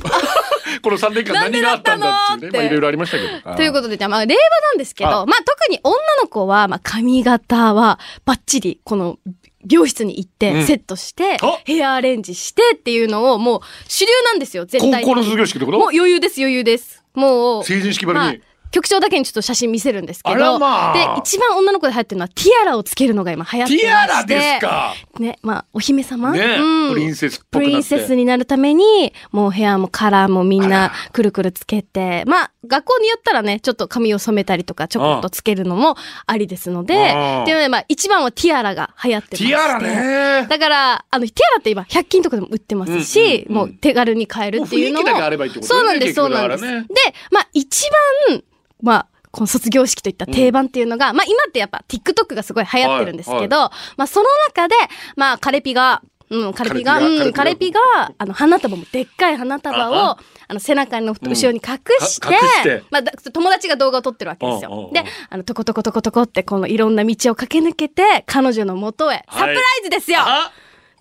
[SPEAKER 5] この三年間何があったんだってい
[SPEAKER 8] なんでだったのっ
[SPEAKER 5] うね。
[SPEAKER 8] て
[SPEAKER 5] まあいろいろありましたけど。。
[SPEAKER 7] ということとで、じゃあ、まあ、令和なんですけど、
[SPEAKER 5] あ
[SPEAKER 7] まあ、特に女の子は、まあ、髪型は、バッチリ、この、美容室に行っ
[SPEAKER 5] うん
[SPEAKER 7] て、セットして、
[SPEAKER 5] あ
[SPEAKER 7] ヘアアレンジしてっていうのを、もう、主流なんですよ、絶対
[SPEAKER 5] 高
[SPEAKER 7] に。
[SPEAKER 5] 校の卒業式ってこ
[SPEAKER 7] もう
[SPEAKER 5] と
[SPEAKER 7] 余裕です、余裕です。もう、
[SPEAKER 5] 成人式ばりに
[SPEAKER 7] はい局長だけにちょっと写真見せるんですけど、
[SPEAKER 5] あらまあ
[SPEAKER 7] で、一番女の子で流行ってるのは、ティアラをつけるのが今流行ってまして
[SPEAKER 5] ティアラですか
[SPEAKER 7] ね、まあ、お姫様、
[SPEAKER 5] ね
[SPEAKER 7] うん
[SPEAKER 5] プリンセスっぽ
[SPEAKER 7] プ
[SPEAKER 5] く
[SPEAKER 7] リ
[SPEAKER 5] なっ
[SPEAKER 7] ンセス
[SPEAKER 5] て。
[SPEAKER 7] になるために、もうヘアもカラーもみん
[SPEAKER 5] あら
[SPEAKER 7] なくるくるつけて、まあ、学校によったらね、ちょっと髪を染めたりとか、ちょこっとつけるのもありですので
[SPEAKER 5] うん、
[SPEAKER 7] で、まあ、一番はティアラが流行ってま
[SPEAKER 5] テ
[SPEAKER 7] して
[SPEAKER 5] ィアラね。
[SPEAKER 7] だから、あの、ティアラって今、100均とかでも売ってますし、
[SPEAKER 5] うんうんうん
[SPEAKER 7] もう手軽に買えるっていうのも。
[SPEAKER 5] もう雰囲気だけあればいいってことね
[SPEAKER 7] そうなんです、
[SPEAKER 5] 結
[SPEAKER 7] そう
[SPEAKER 5] 局だ
[SPEAKER 7] な
[SPEAKER 5] か
[SPEAKER 7] ん
[SPEAKER 5] ら
[SPEAKER 7] で
[SPEAKER 5] ね
[SPEAKER 7] す。で、まあ、一番、まあ、この卒業式といった定番っていうのが、まあ、今ってやっぱ TikTok がすごい流行ってるんですけど、まあ、その中で、まあ、カレピが、うん、カレピが、
[SPEAKER 5] カレピが
[SPEAKER 7] うん、
[SPEAKER 5] カ
[SPEAKER 7] カ
[SPEAKER 5] レ
[SPEAKER 7] レ
[SPEAKER 5] ピ
[SPEAKER 7] ピが、あの、花束も、でっかい花束を、
[SPEAKER 5] あ
[SPEAKER 7] あの、背中
[SPEAKER 5] う
[SPEAKER 7] の
[SPEAKER 5] ん
[SPEAKER 7] 後ろに隠して、
[SPEAKER 5] か隠して
[SPEAKER 7] まあ、だ友達が動画を撮ってるわけです
[SPEAKER 5] うんうんう
[SPEAKER 7] よ
[SPEAKER 5] ん。
[SPEAKER 7] で、あの、トコトコトコトコって、このいろんな道を駆け抜けて、彼女の元
[SPEAKER 5] い
[SPEAKER 7] へ、サプライズですよ、
[SPEAKER 5] あ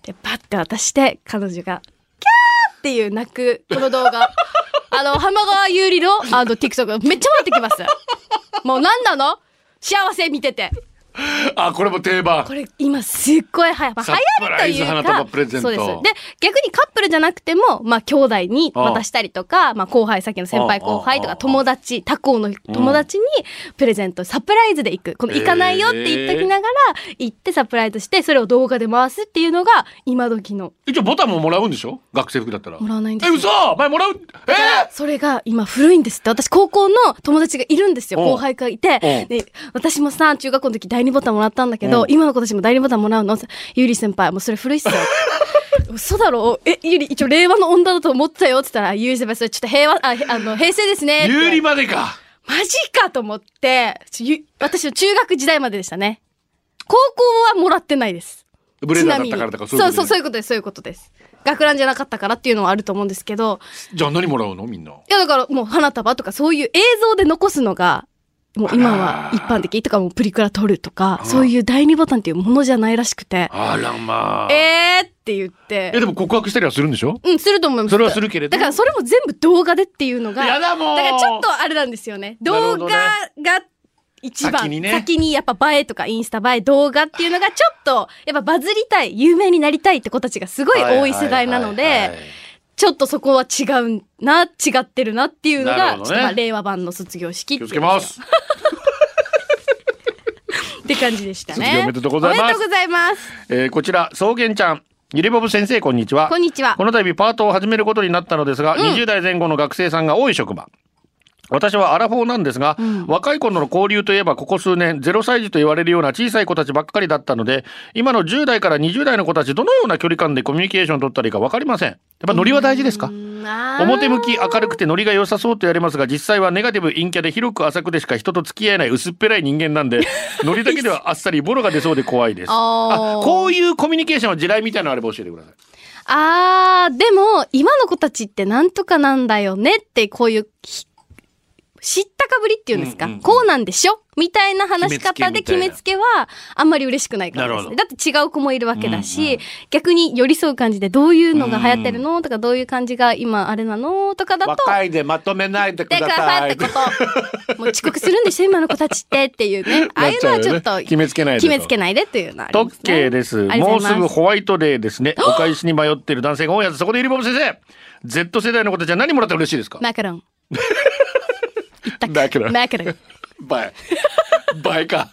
[SPEAKER 7] で、パッて渡して、彼女が、キャーっていう泣く、この動画。 あの、浜川優里の、あの、TikTok、めっちゃ回ってきます。もうなんなの幸せ見てて。
[SPEAKER 5] あ、これも定番
[SPEAKER 7] こ。れ今すっごいはや、まあ、
[SPEAKER 5] サ
[SPEAKER 7] 流
[SPEAKER 5] プ
[SPEAKER 7] 行
[SPEAKER 5] ライ
[SPEAKER 7] り
[SPEAKER 5] ズ
[SPEAKER 7] というか
[SPEAKER 5] 花束プレゼント
[SPEAKER 7] そうですで逆にカップルじゃなくても、まあ、兄弟に渡したりとかまあ、後輩さっきの先輩後輩と
[SPEAKER 5] ああああ
[SPEAKER 7] か友達他校の友達にプレゼントサプライズで行くこの行かないよって言っときながら行ってサプライズしてそれを動画で回すっていうのが今時の
[SPEAKER 5] 一応ボタンももらうんでしょ学生服だったら。
[SPEAKER 7] もらわないんで
[SPEAKER 5] え、
[SPEAKER 7] すよ
[SPEAKER 5] 嘘前もらうえ
[SPEAKER 7] それが今古いんですって。私高校の友達がいるんですよ。
[SPEAKER 5] うん
[SPEAKER 7] 後輩がい
[SPEAKER 5] う
[SPEAKER 7] て。
[SPEAKER 5] ん
[SPEAKER 7] で、私もさ、中学校の時第二ボタンもらったんだけ
[SPEAKER 5] う
[SPEAKER 7] ど
[SPEAKER 5] ん、
[SPEAKER 7] 今の子たちも第二ボタンもらうのゆり先輩、もうそれ古いっす よ。嘘だろえ、ゆり、一応令和の女だと思ってたよって言ったら、ゆり先輩、それちょっと平和、あ、へあの、平成ですねっ
[SPEAKER 5] ー、
[SPEAKER 7] て。
[SPEAKER 5] 有利までか。
[SPEAKER 7] マジかと思って、ちょゆ私の中学時代まででしたね。高校はもらってないです。
[SPEAKER 5] ブレザーだったからとか、
[SPEAKER 7] ち
[SPEAKER 5] こと
[SPEAKER 7] なみにそうそう、そ
[SPEAKER 5] ね
[SPEAKER 7] ういうことです、そういうことです。学ランじゃなかったからっていうのはあると思うんですけど、
[SPEAKER 5] じゃあ何もらうのみんな。
[SPEAKER 7] いやだからもう花束とかそういう映像で残すのが、もう今は一般的とかもうプリクラ撮るとか、そういう第二ボタンっていうものじゃないらしくて、
[SPEAKER 5] あらまあ。
[SPEAKER 7] えーって言っ
[SPEAKER 5] え、
[SPEAKER 7] て、
[SPEAKER 5] でも告白したりはするんでしょ
[SPEAKER 7] うん、すると思います。
[SPEAKER 5] それはするけれど
[SPEAKER 7] だからそれも全部動画でっていうのが、
[SPEAKER 5] や
[SPEAKER 7] だ
[SPEAKER 5] だもう
[SPEAKER 7] からちょっとあれなんですよね。
[SPEAKER 5] なるほ
[SPEAKER 7] 動
[SPEAKER 5] ど
[SPEAKER 7] 画
[SPEAKER 5] ね
[SPEAKER 7] が一番、
[SPEAKER 5] 先にね
[SPEAKER 7] 先にやっぱ映えとかインスタ映え動画っていうのがちょっと、やっぱバズりたい、有名になりたいって子たちがすごい多い世代なので、
[SPEAKER 5] はいはいはいはい
[SPEAKER 7] ちょっとそこは違うな、違ってるなっていうの
[SPEAKER 5] な
[SPEAKER 7] が、
[SPEAKER 5] るほ
[SPEAKER 7] ち
[SPEAKER 5] ど
[SPEAKER 7] ょっと
[SPEAKER 5] ね
[SPEAKER 7] まあ令和版の卒業式
[SPEAKER 5] 気
[SPEAKER 7] ってい
[SPEAKER 5] を
[SPEAKER 7] う
[SPEAKER 5] つけます。
[SPEAKER 7] って感じでしたね。
[SPEAKER 5] 卒業おめでとうございます
[SPEAKER 7] おめでとうございます
[SPEAKER 5] えーこちら草原ちゃんゆりぼぶ先生こんにちは
[SPEAKER 7] こんにちは
[SPEAKER 5] この度パートを始めることになったのですが、20代前後の学生さんが多い職場私はアラフォーなんですが、若い頃の交流といえばここ数年0歳児と言われるような小さい子たちばっかりだったので今の10代から20代の子たちどのような距離感でコミュニケーションを取ったらいいか分かりませんやっぱノリは大事ですか表向き明るくてノリが良さそうと言われますが実際はネガティブ陰キャで広く浅くでしか人と付き合えない薄っぺらい人間なんで ノリだけではあっさりボロが出そうで怖いです
[SPEAKER 7] あー
[SPEAKER 5] あこういうコミュニケーションの地雷みたいなのあれば教えてください
[SPEAKER 7] あー、でも、今の子たちってなんとかなんだよねって、こういうひ、知ったかぶりっていうんですか、
[SPEAKER 5] うんうんうん
[SPEAKER 7] こうなんでしょみたいな話し方で決
[SPEAKER 5] 決め
[SPEAKER 7] め
[SPEAKER 5] つ
[SPEAKER 7] つけは、あんまり嬉しくないから
[SPEAKER 5] な
[SPEAKER 7] で
[SPEAKER 5] る
[SPEAKER 7] す
[SPEAKER 5] ほ
[SPEAKER 7] ね。
[SPEAKER 5] ど
[SPEAKER 7] だって違う子もいるわけだし、逆に寄り添う感じで、どういうのが流行ってるのとか、どういう感じが今あれなのとかだと、
[SPEAKER 5] いでまとめないで
[SPEAKER 7] ってくださいってこと。もう遅刻するんでしょ今の子たちってっ ていうね。ああいうのはちょっと
[SPEAKER 5] なっちゃうよね決めつけないでと
[SPEAKER 7] 決めつけないでっていうのはあり
[SPEAKER 5] 特
[SPEAKER 7] ますね。
[SPEAKER 5] 計です
[SPEAKER 7] ありがと
[SPEAKER 5] も
[SPEAKER 7] う
[SPEAKER 5] う
[SPEAKER 7] ござ
[SPEAKER 5] す
[SPEAKER 7] い
[SPEAKER 5] ぐ
[SPEAKER 7] ます
[SPEAKER 5] ホワイトデーですねお返しに迷っている男性が多いやつそこでゆりぼぶ先生 Z 世代の子たちは何もらったら嬉しいですか
[SPEAKER 7] マカロン。一択
[SPEAKER 5] マカロン
[SPEAKER 7] マカロン。
[SPEAKER 5] 倍倍か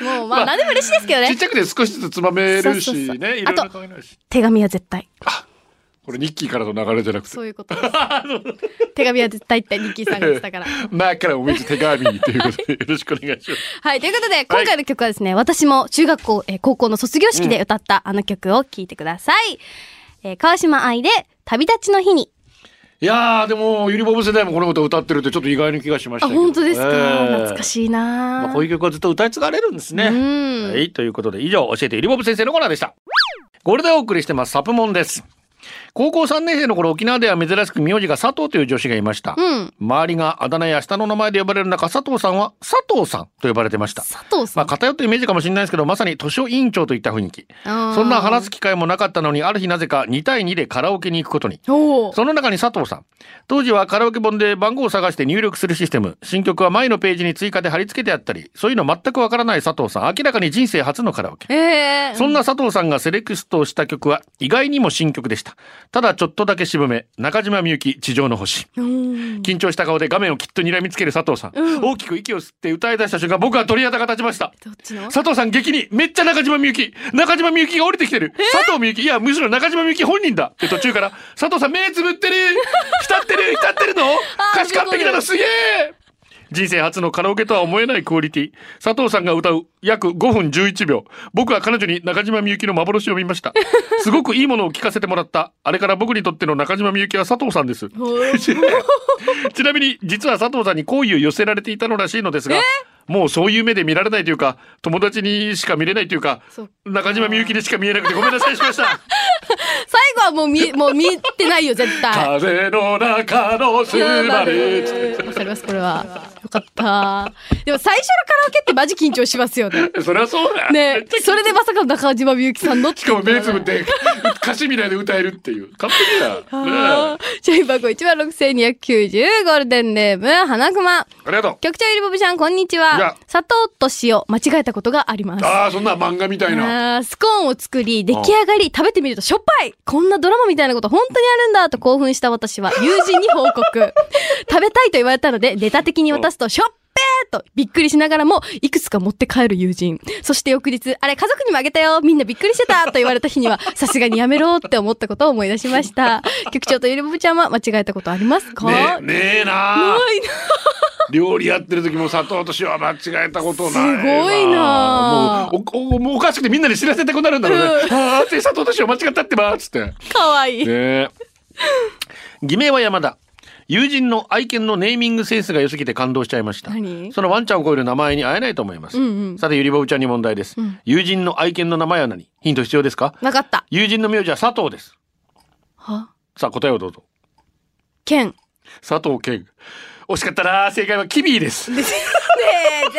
[SPEAKER 7] もうまあ何でも嬉しいですけど
[SPEAKER 5] ちっ
[SPEAKER 7] ね
[SPEAKER 5] ち。ゃくて少しずつつまめる
[SPEAKER 7] そうそうそ
[SPEAKER 5] し
[SPEAKER 7] う
[SPEAKER 5] ねいろいろ考えないし
[SPEAKER 7] 手紙は絶対。
[SPEAKER 5] これニッキーからの流れじゃなくて
[SPEAKER 7] そういうことです。 手紙は絶対ってニッキーさんが言ってた から。
[SPEAKER 5] 前からお水手紙にという ことでよろしくお願いします
[SPEAKER 7] はい。ということで、今回の曲はですね、私も中学校、えー高校の卒業式で歌ったあの曲を聴いてください。えー川島愛で、旅立ちの日に。
[SPEAKER 5] いやーでもゆりぼぶ世代もこの歌歌ってるってちょっと意外な気がしまし
[SPEAKER 7] あ、
[SPEAKER 5] たけど
[SPEAKER 7] 本当ですか、懐か
[SPEAKER 5] しい
[SPEAKER 7] しいな
[SPEAKER 5] まあ、こういう曲はずっと歌い継がれるんですね。
[SPEAKER 7] うん
[SPEAKER 5] はい、ということで以上教えてゆりぼぶ先生のコーナーでした。これでお送りしてますサプモンです。高校3年生の頃沖縄では珍しく名字が佐藤という女子がいました。
[SPEAKER 7] うん
[SPEAKER 5] 周りがあだ名や下の名前で呼ばれる中佐藤さんは佐藤さんと呼ばれてました。
[SPEAKER 7] 佐藤
[SPEAKER 5] ま
[SPEAKER 7] さ
[SPEAKER 5] あ
[SPEAKER 7] ん。
[SPEAKER 5] 偏ったイメージかもしれないですけどまさに図書委員長といった雰囲気
[SPEAKER 7] あー
[SPEAKER 5] そんな話す機会もなかったのにある日なぜか2対2でカラオケに行くことに
[SPEAKER 7] おー
[SPEAKER 5] その中に佐藤さん当時はカラオケ本で番号を探して入力するシステム新曲は前のページに追加で貼り付けてあったりそういうの全くわからない佐藤さん明らかに人生初のカラオケ
[SPEAKER 7] ええ
[SPEAKER 5] そんな佐藤さんがセレクトした曲は意外にも新曲でしたただちょっとだけ渋め中島みゆき地上の星緊張した顔で画面をきっと睨みつける佐藤さん、大きく息を吸って歌い出した瞬間僕は鳥肌が立ちました
[SPEAKER 7] どっちの
[SPEAKER 5] 佐藤さん激にめっちゃ中島みゆき中島みゆきが降りてきてる佐藤みゆきいやむしろ中島みゆき本人だって途中から佐藤さん目つぶってる浸ってる浸ってるの歌詞完璧なのすげえ人生初のカラオケとは思えないクオリティ佐藤さんが歌う約5分11秒僕は彼女に中島みゆきの幻を見ましたすごくいいものを聞かせてもらったあれから僕にとっての中島みゆきは佐藤さんです ちなみに実は佐藤さんに好意を寄せられていたのらしいのですがもうそういう目で見られないというか友達にしか見れないというか
[SPEAKER 7] そっか
[SPEAKER 5] 中島みゆきにしか見えなくてごめんなさいしました
[SPEAKER 7] 後はもう見、もう見てないよ、絶対。わ
[SPEAKER 5] 風の中のスバル。
[SPEAKER 7] かります、これは。よかった。でも最初のカラオケってマジ緊張します よね。
[SPEAKER 5] そりゃそうだ。
[SPEAKER 7] ねそれでまさかの中島みゆきさんのって
[SPEAKER 5] しかも目つぶって歌詞みたいで歌えるっていう。完璧だ。ね
[SPEAKER 7] あー社員番号1万6290ゴールデンネーム花熊
[SPEAKER 5] ありがと
[SPEAKER 7] 局長ゆりぼぶちゃんこんにち
[SPEAKER 5] いや
[SPEAKER 7] は砂糖と塩間違えたことがあります
[SPEAKER 5] う。ああ、そんな漫画みたいな。
[SPEAKER 7] あースコーンを作り出来上がり食べてみるとしょっぱいこんなドラマみたいなこと本当にあるんだと興奮した 私は友人に報告食べたいと言われたのでネタ的に渡すとしょっぺーとびっくりしながらもいくつか持って帰る友人そして翌日あれ家族にもあげたよみんなびっくりしてたと言われた日にはさすがにやめろって思ったことを思い出し ました局長とゆりぼぶちゃんは間違えたことありますか、
[SPEAKER 5] ねねえな
[SPEAKER 7] ないな
[SPEAKER 5] 料理やってる時も砂糖と塩は間違えたことないわ
[SPEAKER 7] すごいな
[SPEAKER 5] もうおおもうおかしくてみんなに知らせたくなるんだろうね、ああって砂糖と塩間違ってってばっつって
[SPEAKER 7] かわいい、
[SPEAKER 5] ねえ偽名は山田友人の愛犬のネーミングセンスが良すぎて感動しちゃいました
[SPEAKER 7] 何
[SPEAKER 5] そのワンちゃんを超える名前に会えないと思います、
[SPEAKER 7] うんうん
[SPEAKER 5] さてゆりぼぶちゃんに問題です、友人の愛犬の名前は何ヒント必要ですか
[SPEAKER 7] なかった
[SPEAKER 5] 友人の名字は佐藤です
[SPEAKER 7] は
[SPEAKER 5] さあ答えをどうぞ
[SPEAKER 7] ケン
[SPEAKER 5] 佐藤健惜しかったな正解はキビーです
[SPEAKER 7] ねえ、全然違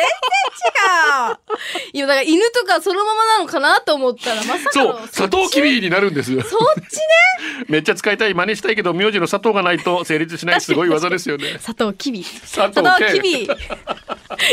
[SPEAKER 7] う。いや、だから犬とかそのままなのかなと思ったら、まさか
[SPEAKER 5] そう
[SPEAKER 7] の。
[SPEAKER 5] 佐藤キビーになるんですよ
[SPEAKER 7] そっちね。
[SPEAKER 5] めっちゃ使いたい真似したいけど名字の佐藤がないと成立しないすごい技ですよね
[SPEAKER 7] 佐藤きび。佐
[SPEAKER 5] 佐藤健
[SPEAKER 7] きび。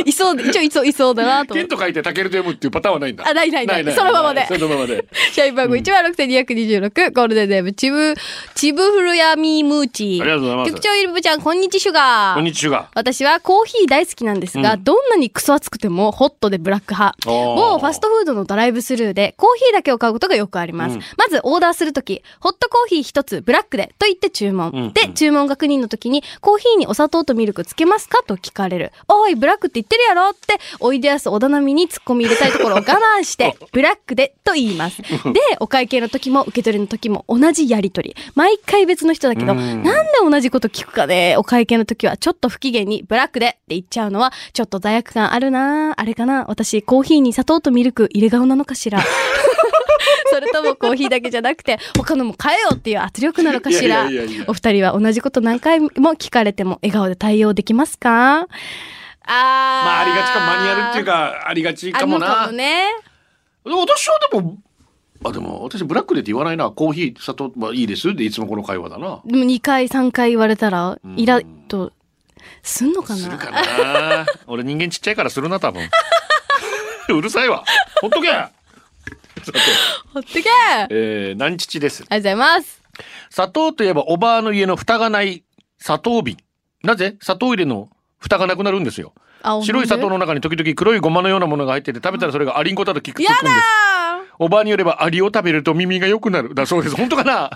[SPEAKER 7] いそうで、一応いそう、いそうだなと思
[SPEAKER 5] ケ
[SPEAKER 7] っ
[SPEAKER 5] ン
[SPEAKER 7] て。
[SPEAKER 5] と書いてタケルと読むっていうパターンはないんだ
[SPEAKER 7] あないないないそのままで
[SPEAKER 5] そのままで
[SPEAKER 7] 社員番号1万6226、ゴールデンネーム、チブ、チブフルヤミムーチ。
[SPEAKER 5] ありがとうございます
[SPEAKER 7] 局長イルブちゃん、こんにちシュガー。
[SPEAKER 5] こんにちは
[SPEAKER 7] 私はコーヒー大好きなんですが、
[SPEAKER 5] う
[SPEAKER 7] どんなにクソ暑くてもホットでブラック派。
[SPEAKER 5] あー
[SPEAKER 7] 某ファストフードのドライブスルーでコーヒーだけを買うことがよくあります。
[SPEAKER 5] うん
[SPEAKER 7] まずオーダーするとき、ホットコーヒー一つブラックでと言って注文。
[SPEAKER 5] うん
[SPEAKER 7] で、注文確認のときにコーヒーにお砂糖とミルクつけますかと聞かれる。おい、ブラックって言ってるやろって、おいでやす小田波に突っ込み入れたいところを我 慢して、ブラックでと言います。で、お会計の時も受け取りの時も同じやりとり。毎回別の人だけど、
[SPEAKER 5] うん
[SPEAKER 7] なんで同じこと聞くかねお会計の時はちょっと不機嫌にブラックでって言っちゃうのはちょっと罪悪感あるなあれかな私コーヒーに砂糖とミルク入れ顔なのかし らそれともコーヒーだけじゃなくて他のも買えよっていう圧力なのかしら
[SPEAKER 5] いやいやいやいや
[SPEAKER 7] お二人は同じこと何回も聞かれても笑顔で対応できますかあ
[SPEAKER 5] ま
[SPEAKER 7] ー
[SPEAKER 5] あ
[SPEAKER 7] ま
[SPEAKER 5] ありがちかマニュアルっていうかありがちかも
[SPEAKER 7] あるの
[SPEAKER 5] な
[SPEAKER 7] かもね
[SPEAKER 5] 私はでもあでも私ブラックでって言わないなコーヒー砂糖はいいですでいつもこの会話だな
[SPEAKER 7] でも2回3回言われたら
[SPEAKER 5] ん
[SPEAKER 7] イラッとすんのか
[SPEAKER 5] する
[SPEAKER 7] な
[SPEAKER 5] か な俺人間ちっちゃいからするな多分 うるさいわほっ とけさて
[SPEAKER 7] ほっとけありがとう
[SPEAKER 5] えー、南父です
[SPEAKER 7] ございます
[SPEAKER 5] 砂糖といえばおばあの家の蓋がない砂糖瓶なぜ砂糖入れの蓋がなくなるんですよ
[SPEAKER 7] あお
[SPEAKER 5] 白い砂糖
[SPEAKER 7] なんで
[SPEAKER 5] の中に時々黒いごまのようなものが入ってて食べたらそれがアリンコだと聞くつくん
[SPEAKER 7] や
[SPEAKER 5] です
[SPEAKER 7] だー
[SPEAKER 5] おばあによればアリを食べると耳が良くなるだそうです本当かな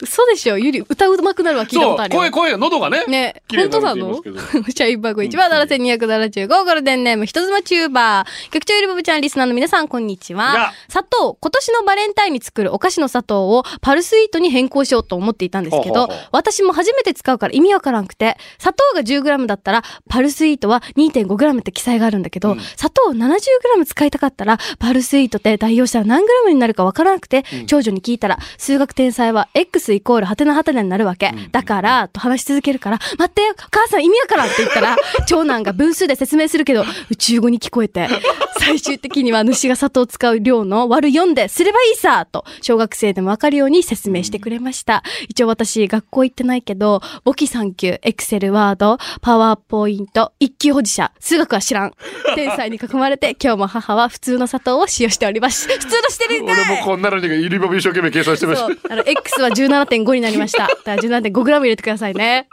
[SPEAKER 7] 嘘でしょゆり歌うまくなるは 聞いた
[SPEAKER 5] そ
[SPEAKER 7] ことあ
[SPEAKER 5] う
[SPEAKER 7] るよ
[SPEAKER 5] 声声喉がね
[SPEAKER 7] ね
[SPEAKER 5] 綺麗
[SPEAKER 7] 本
[SPEAKER 5] にな
[SPEAKER 7] 当な
[SPEAKER 5] る
[SPEAKER 7] の
[SPEAKER 5] って言います
[SPEAKER 7] 社員番号1番7275ゴールデンネーム人妻チューバー局長ゆりぼぶちゃんリスナーの皆さんこんにち
[SPEAKER 5] や
[SPEAKER 7] は砂糖今年のバレンタインに作るお菓子の砂糖をパルスイートに変更しようと思っていたんです
[SPEAKER 5] ほ
[SPEAKER 7] け
[SPEAKER 5] う
[SPEAKER 7] ど
[SPEAKER 5] ほうほう
[SPEAKER 7] 私も初めて使うから意味わからんくて砂糖が 10g だったらパルスイートは 2.5g って記載があるんだけど、砂糖を 70g 使いたかったらパルスイートって代用したら何 g になるかわからなくて、長女に聞いたら数学天才は x イコールハテナハテナになるわけ、だからと話し続けるから待ってよ母さん意味わからんって言っ たら長男が分数で説明するけど宇宙語に聞こえて最終的には主が砂糖を使う量の割る4ですればいいさと小学生でもわかるように説明してくれました、一応私学校行ってないけど簿記3級エクセルワードパワーポイント一級保持者数学は知らん天才に囲まれて今日も母は普通の砂糖を使用しております普通のしてるんかい
[SPEAKER 5] 俺もこんなのにゆりぼぶ一生懸命計算してました
[SPEAKER 7] そうあの X は17.5になりました。だから17.5グラム入れてくださいね。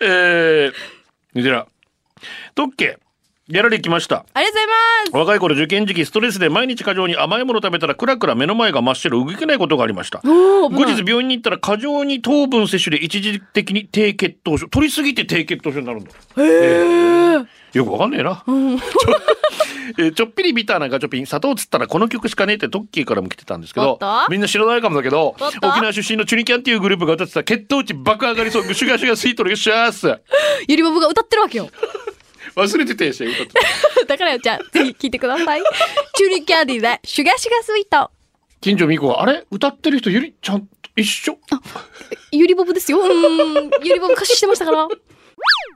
[SPEAKER 5] えー、こちら。特権。やられきました。
[SPEAKER 7] ありがとうございま
[SPEAKER 5] 若い頃受験時期ストレスで毎日過剰に甘いものを食べたらクラクラ目の前が真っ白動けないことがありました後日病院に行ったら過剰に糖分摂取で一時的に低血糖症取りすぎて低血糖症になるんだへえよくわかんねえな、 ちょえーちょっぴりビターなガチョピン砂糖つったらこの曲しかねえってトッキーからも来てたんですけ
[SPEAKER 7] お
[SPEAKER 5] ど
[SPEAKER 7] っと
[SPEAKER 5] みんな知らないかもだけど
[SPEAKER 7] おっ
[SPEAKER 5] 沖
[SPEAKER 7] と
[SPEAKER 5] 縄出身のチュニキャンっていうグループが歌ってた血糖値爆上がりそうシュガーシュガースイートのよっしゃー っす
[SPEAKER 7] す。ゆりぼぶが歌ってるわけよ。
[SPEAKER 5] 忘れててし歌って
[SPEAKER 7] だからよちゃん、ぜひ聞いてください。チューリーキャンディーで、シュガーシュガースイート。
[SPEAKER 5] 近所美子が、あれ歌ってる人、ゆりちゃんと一緒。
[SPEAKER 7] ゆりぼぶですよ。うーん。ゆりぼぶ歌手してましたから。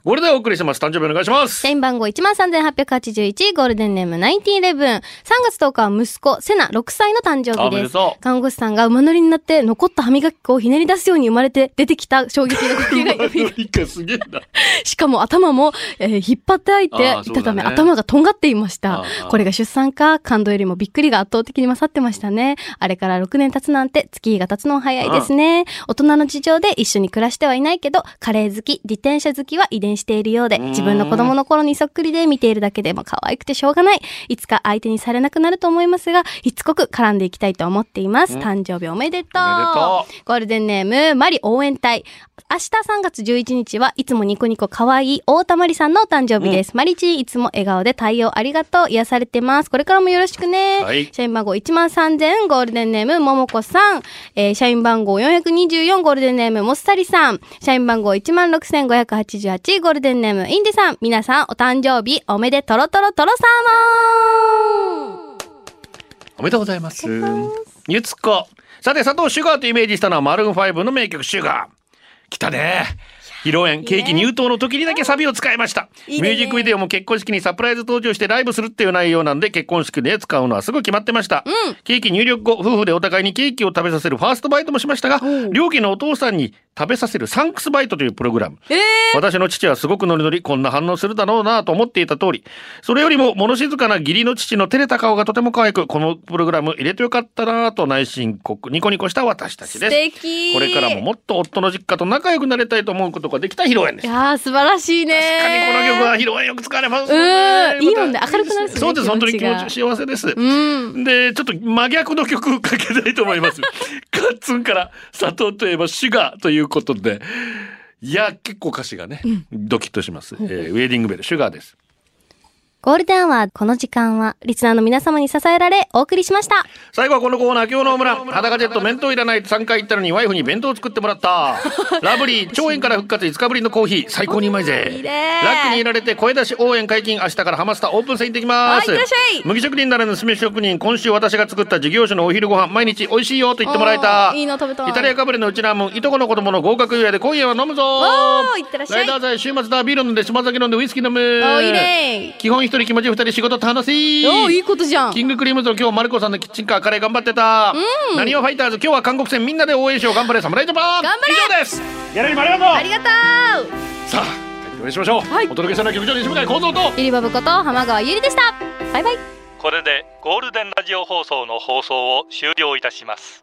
[SPEAKER 5] これでお送りしてます。誕生日お願いします。
[SPEAKER 7] 電番号13,881、ゴールデンネーム1911。3月10日は息子、セナ6歳の誕生
[SPEAKER 5] あおめ
[SPEAKER 7] 日で。
[SPEAKER 5] ですと
[SPEAKER 7] 看護師さんが馬乗りになって残った歯磨き粉をひねり出すように生まれて出てきた衝撃の呼吸が
[SPEAKER 5] う。りかすげえな。
[SPEAKER 7] しかも頭も、えー引っ張ってあいて
[SPEAKER 5] あー
[SPEAKER 7] いたた
[SPEAKER 5] そうだね
[SPEAKER 7] め、頭がとんがっていまし
[SPEAKER 5] あ
[SPEAKER 7] た
[SPEAKER 5] ー。
[SPEAKER 7] これが出産か、感動よりもびっくりが圧倒的に勝ってましたね。あれから6年経つなんて、月日が経つの早いですね。大人の事情で一緒に暮らしてはいないけど、カレー好き、自転車好きは遺伝しているようで、
[SPEAKER 5] ん
[SPEAKER 7] 自分の子供の頃にそっくりで見ているだけでも可愛くてしょうがない。いつか相手にされなくなると思いますが、いつこく絡んでいきたいと思っています。誕生日おめでとう。
[SPEAKER 5] おめでと
[SPEAKER 7] ゴールデンネーム、マリ応援隊。明日3月11日はいつもニコニコ可愛い大田マリさんのお誕生日です。マリチいつも笑顔で対応ありがとう。癒されてます。これからもよろしくね。
[SPEAKER 5] はい
[SPEAKER 7] 社員番号13000、ゴールデンネーム、ももこさん。えー社員番号424、ゴールデンネーム、もっさりさん。社員番号16588、ゴールデンネーム、インデさん。皆さん、お誕生日、おめでとろとろとろさま
[SPEAKER 5] おめでとうございます。ゆつこ。さて、佐藤シュガーとイメージしたのはマルーン5の名曲シュガー。来たね。披露宴、ケーキ入刀の時にだけサビを使いました。
[SPEAKER 7] いいね
[SPEAKER 5] ミュージックビデオも結婚式にサプライズ登場してライブするっていう内容なんで結婚式で使うのはすぐ決まってました。ケーキ入力後、夫婦でお互いにケーキを食べさせるファーストバイトもしましたが、両家のお父さんに食べさせるサンクスバイトというプログラム。 私の父はすごくノリノリこんな反応するだろうなと思っていた通りそれよりも物静かな義理の父の照れた顔がとても可愛くこのプログラム入れてよかったなと内心こニコニコした私たち
[SPEAKER 7] 素
[SPEAKER 5] です
[SPEAKER 7] 敵
[SPEAKER 5] これからももっと夫の実家と仲良くなりたいと思うことができた披露宴で
[SPEAKER 7] い
[SPEAKER 5] す
[SPEAKER 7] やー、素晴らしいね
[SPEAKER 5] 確かにこの曲は披露宴よく使われます
[SPEAKER 7] うんいいもんね明るくなるしね
[SPEAKER 5] そうです
[SPEAKER 7] 気持ちが
[SPEAKER 5] 本当に気持ち幸せです
[SPEAKER 7] うん。
[SPEAKER 5] でちょっと真逆の曲かけたいと思い ますカッツンから砂糖といえばシュガーということでいや結構歌詞がね、ドキッとします、えーウェディングベルシュガーです
[SPEAKER 7] ゴールデンはこの時間は、リスナーの皆様に支えられ、お送りしました。
[SPEAKER 5] 最後はこのコーナー今日のオムラン裸ジェット弁当いらないと3回言ったのにワイフに弁当を作ってもらった ラブリー超円から復活5日ぶりのコーヒー最高にうまいぜ
[SPEAKER 7] いいね
[SPEAKER 5] ラックにいられて声出し応援解禁明日からハマスタオープン戦行ってきます
[SPEAKER 7] はいいってらっしゃい
[SPEAKER 5] 麦職人ならぬ酢飯職人今週私が作った事業所のお昼ご飯毎日美味しいよと言ってもらえた
[SPEAKER 7] おーいいの食べたい
[SPEAKER 5] イタリアかぶれのうちラーメンいとこの子供の合格祝いで今夜は飲むぞ
[SPEAKER 7] おーいってらっしゃい
[SPEAKER 5] ライダー剤週末だビール飲んで島酒飲んでウイスキー飲む
[SPEAKER 7] おいいね
[SPEAKER 5] 基本一人気持ち二人仕事楽しい
[SPEAKER 7] おーいいことじゃん。
[SPEAKER 5] キングクリームズの今日マルコさんのキッチンカーカレー頑張ってた。なにわファイターズ今日は韓国戦みんなで応援しよう頑張れ侍ジャパン。
[SPEAKER 7] 頑張れ
[SPEAKER 5] 以上です。柳丸山
[SPEAKER 7] あ
[SPEAKER 5] と
[SPEAKER 7] りが
[SPEAKER 5] さあ帰っ
[SPEAKER 7] とう
[SPEAKER 5] てお会いしましょう。
[SPEAKER 7] はい
[SPEAKER 5] お届けしたのは局長西向井幸三と。
[SPEAKER 7] ゆりばぶこと浜川ゆりでした。バイバイ。
[SPEAKER 1] これでゴールデンラジオ放送の放送を終了いたします